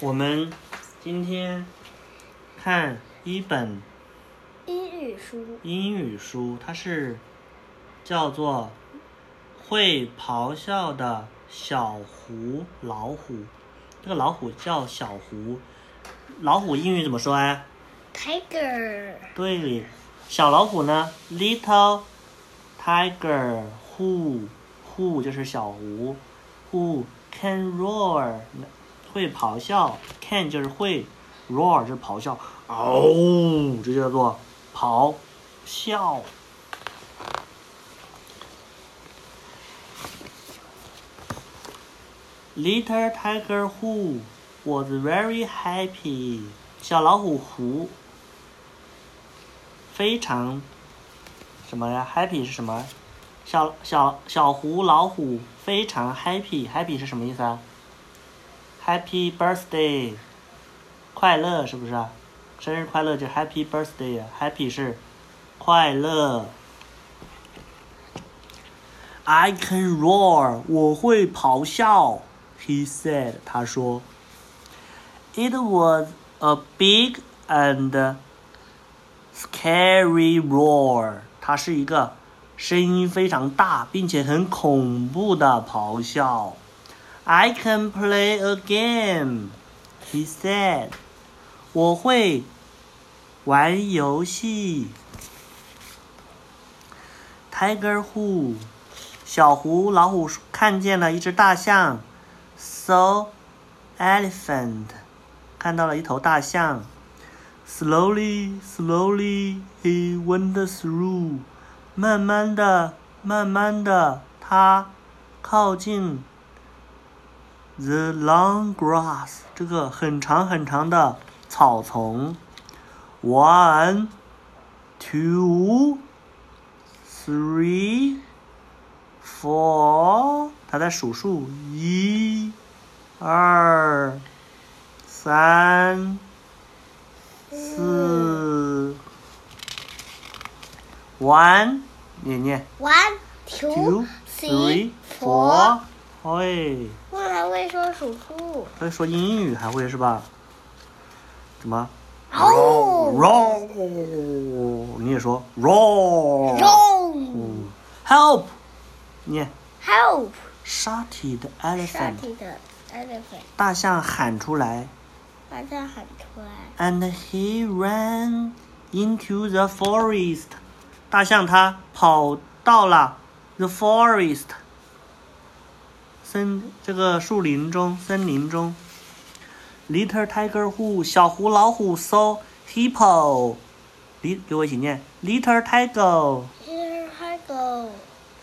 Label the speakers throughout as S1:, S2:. S1: 我们今天看一本
S2: 英语书，
S1: 英语书，它是叫做《会咆哮的小狐老虎》。这个老虎叫小狐，老虎英语怎么说哎？
S2: Tiger，
S1: 对，小老虎呢，little tiger who who 就是小狐，who can roar 会咆哮，can 就是会，roar 就是咆哮，嗷、这就叫做咆哮。Little tiger who was very happy，小老虎狐非常什么呀？Happy 是什么？小小小狐老虎非常 happy，happy 是什么意思啊？Happy birthday，快乐是不是啊？生日快乐就是 Happy birthday 啊，Happy 是快乐。I can roar，我会咆哮。He said，他说。It was a big and Scary roar，它是一个声音非常大并且很恐怖的咆哮。I can play a game，he said。我会玩游戏。Tiger who，小狐老虎看见了一只大象，saw elephant，看到了一头大象。Slowly, slowly, he went through. 慢慢的，慢慢的，他靠近 the long grass 这个很长很长的草丛。One, two, three, four，他在数数，一、二、三。四，one，念念
S2: one two
S1: ，two
S2: three
S1: three
S2: four。
S1: four，哎，
S2: 我还会说数数。
S1: 会说英语还会是吧？怎么
S2: 哦
S1: ？roar，你也说 roar，help，
S2: ，roll
S1: 念
S2: help
S1: shouted
S2: 沙
S1: elephant，
S2: 地的 elephant，
S1: 大象喊出来
S2: 把它喊出来。
S1: ，and he ran into the forest，大象它跑到了 the forest。森这个树林中，森林中。Little tiger who 小狐老虎 saw hippo，里给我一起念 little tiger
S2: Little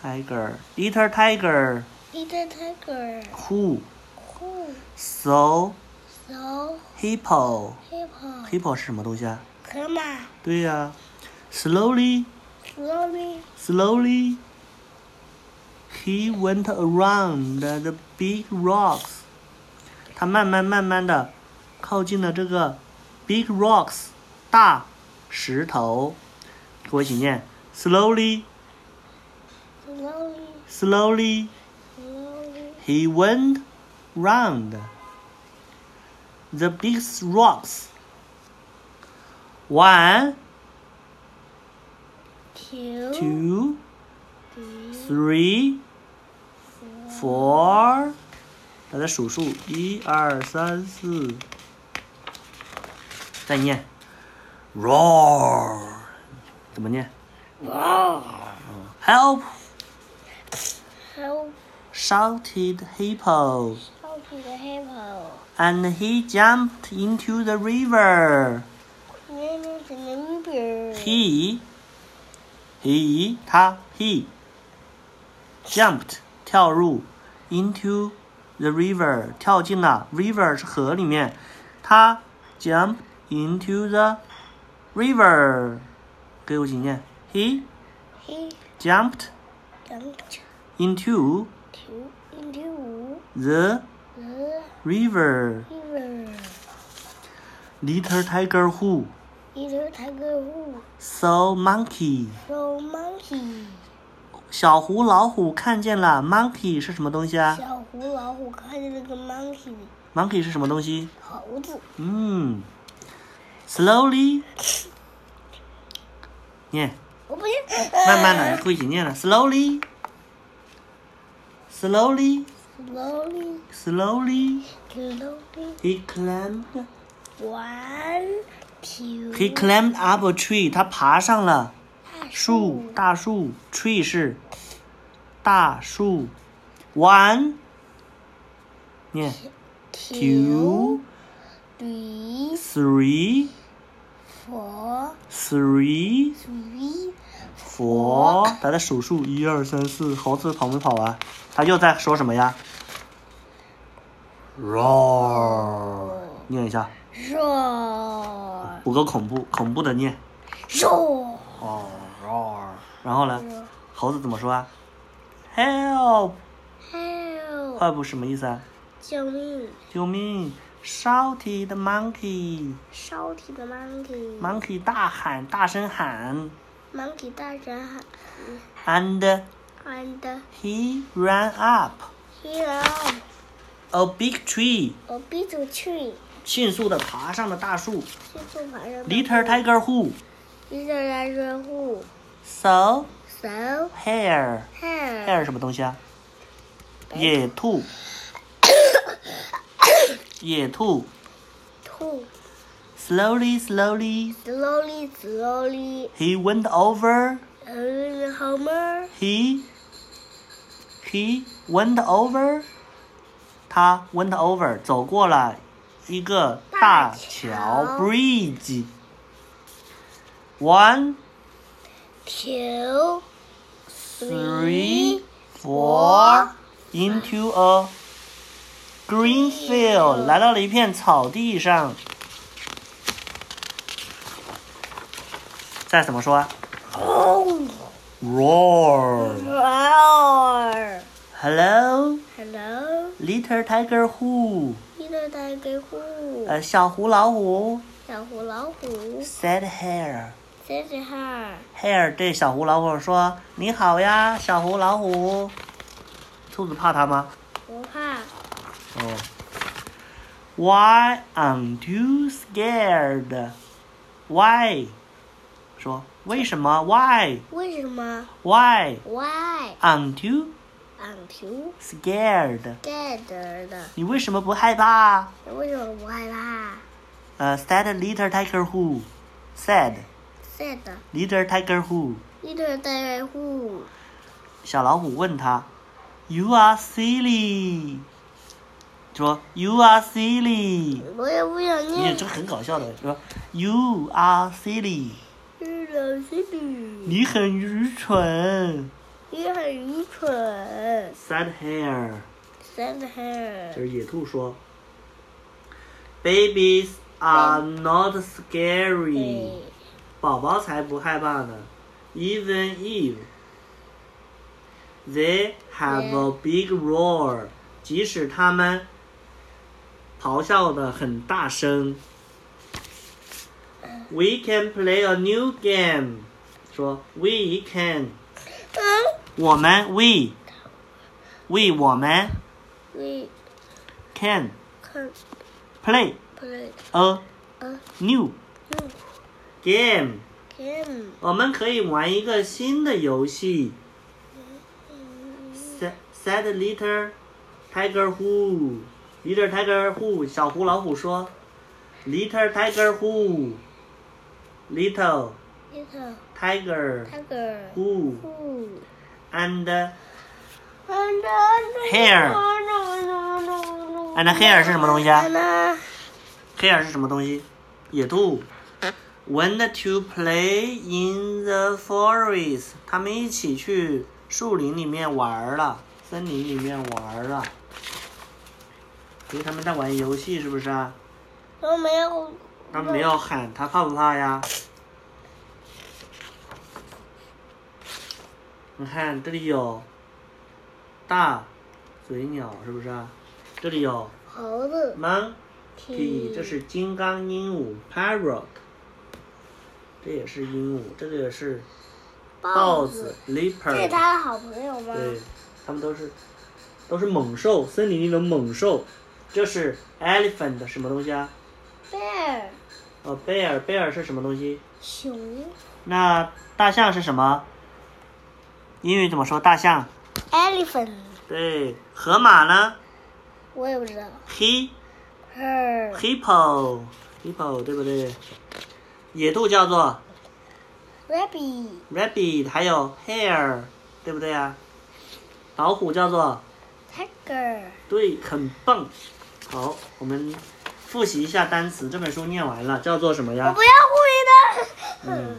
S2: tiger,
S1: tiger little tiger
S2: little tiger,
S1: who
S2: who
S1: saw
S2: so
S1: hippo
S2: hippo?
S1: hippo 是什么东西啊？
S2: 河马
S1: 对呀、s l o w l y
S2: ，slowly
S1: slowly he went around the big rocks，他慢慢慢慢的靠近了这个 big rocks 大石头，跟我一起念 slowly
S2: slowly
S1: slowly
S2: slowly
S1: he went round the big rocks one
S2: two
S1: two three
S2: three four
S1: four，大家数数，一二三四，再念，roar，怎么念
S2: Wow.
S1: ？Help!
S2: Help
S1: shouted Hippo,
S2: help the hippo.
S1: and he jumped into the river.
S2: Name is the number.
S1: He, he，他，he jumped 跳入 into the river 跳进了 river 是河里面，他 jump into the river 给我几念，he
S2: he
S1: jumped
S2: jumped
S1: into
S2: to into
S1: the
S2: the
S1: river
S2: river.
S1: little tiger who
S2: Little tiger who
S1: saw monkey
S2: saw monkey.
S1: 小狐老虎看见了 monkey 是什么东西啊？
S2: 小狐老虎看见那个 monkey，
S1: Monkey 是什么东西？
S2: 猴子，
S1: 嗯，slowly，念，
S2: 我不念，
S1: 慢慢的，不一起念了，slowly，slowly，slowly，slowly,
S2: slowly slowly
S1: he climbed
S2: one two
S1: he climbed up a tree，他爬上了
S2: 大
S1: 树，大树，tree 是大树，one，念 two
S2: three
S1: three
S2: four
S1: three
S2: three
S1: 佛，他在数数，一二三四，猴子跑没跑完？他又在说什么呀？roar，念一下，
S2: roar
S1: 五个恐怖，恐怖的念。
S2: roar
S1: 哦，roar。然后呢？猴子怎么说啊？Help，help
S2: help
S1: 什么意思啊？
S2: 救命！
S1: 救命！Shouted monkey，monkey
S2: 烧体的 monkey
S1: 大喊，大声喊。
S2: monkey 大人喊
S1: And
S2: and
S1: he ran up
S2: here
S1: a big tree，
S2: 我闭着去
S1: 迅速地爬上了大树。
S2: 去做法人
S1: Little tiger who
S2: little tiger who
S1: so
S2: so
S1: hare
S2: hair
S1: hare 是什么东西啊？野兔， 野兔。
S2: who
S1: Slowly, slowly,
S2: slowly slowly
S1: he went over.
S2: and Homer
S1: He he went over. 他 went over 走过了一个大
S2: 大
S1: 桥
S2: 桥
S1: bridge. One,
S2: two
S1: three,
S2: four,
S1: four, into a green field，来到了一片草地上。再怎么说啊？Roar!
S2: roar
S1: Hello,
S2: hello
S1: little tiger who？
S2: little tiger who
S1: 呃，小胡老虎。
S2: 小虎老虎
S1: Said hare.
S2: says her
S1: Hare 对小胡老虎说：“你好呀，小胡老虎。”兔子怕它吗？
S2: 不怕
S1: 哦。Why aren't you scared? Why？说为什么？Why？Why
S2: 为什么 why
S1: aren't you
S2: aren't you
S1: scared？
S2: scared 的
S1: 你为什么不害怕？
S2: 你为什么不害怕
S1: 呃、s a i d little tiger who said
S2: said
S1: little tiger who
S2: little tiger who
S1: 小老虎问他：“You are silly。”说：“You are silly。
S2: 我也不想”
S1: 你也
S2: 念
S1: 这很搞笑的说：“You are silly。
S2: 是老师女，
S1: 你很愚蠢。
S2: 你很愚蠢。
S1: ”Sad hare
S2: Send her.
S1: 就是野兔说：“Babies are not scary。
S2: 对，
S1: 宝宝才不害怕呢。Even if they have a big roar，即使他们咆哮的很大声。We can play a new game，说 We can，
S2: 嗯，
S1: 我们 We We 我们
S2: we
S1: can
S2: can
S1: play
S2: play
S1: a
S2: a
S1: new
S2: new
S1: game，
S2: game.
S1: 我们可以玩一个新的游戏。Sa- Said little tiger who, little tiger who，小胡老虎说，little tiger who，little
S2: Little
S1: tiger
S2: tiger.
S1: who
S2: Who?
S1: and
S2: Hair.
S1: Hair. and hare 是什么东西啊
S2: Anna.
S1: ？hare 是什么东西？野兔。Went to play in the forest，他们一起去树林里面玩儿了，森林里面玩儿了。因为他们在玩游戏，是不是啊？
S2: 都没有。
S1: 他们要喊他怕不怕呀？你看这里有大嘴鸟，是不是啊？这里有
S2: 猴子。
S1: monkey，
S2: 体
S1: 这是金刚鹦鹉 parrot，这也是鹦鹉，这个也是豹
S2: 豹
S1: 子
S2: 子。这是
S1: leopard，
S2: 他的好朋友吗？
S1: 对，它们都是都是猛兽，森林里的猛兽。就是 elephant 什么东西啊？
S2: bear
S1: 呃，bear bear 是什么东西？
S2: 熊
S1: 那大象是什么？英语怎么说大象？
S2: elephant
S1: 对，河马呢
S2: 我也不知道
S1: ？he
S2: her
S1: hippo hippo 对不对？野兔叫做
S2: rabbit
S1: rabbit，还有 hare，对不对啊？老虎叫做
S2: tiger
S1: 对，很棒。好，我们复习一下单词。这本书念完了，叫做什么
S2: 我
S1: 呀
S2: 不？要故意的。
S1: 啊嗯，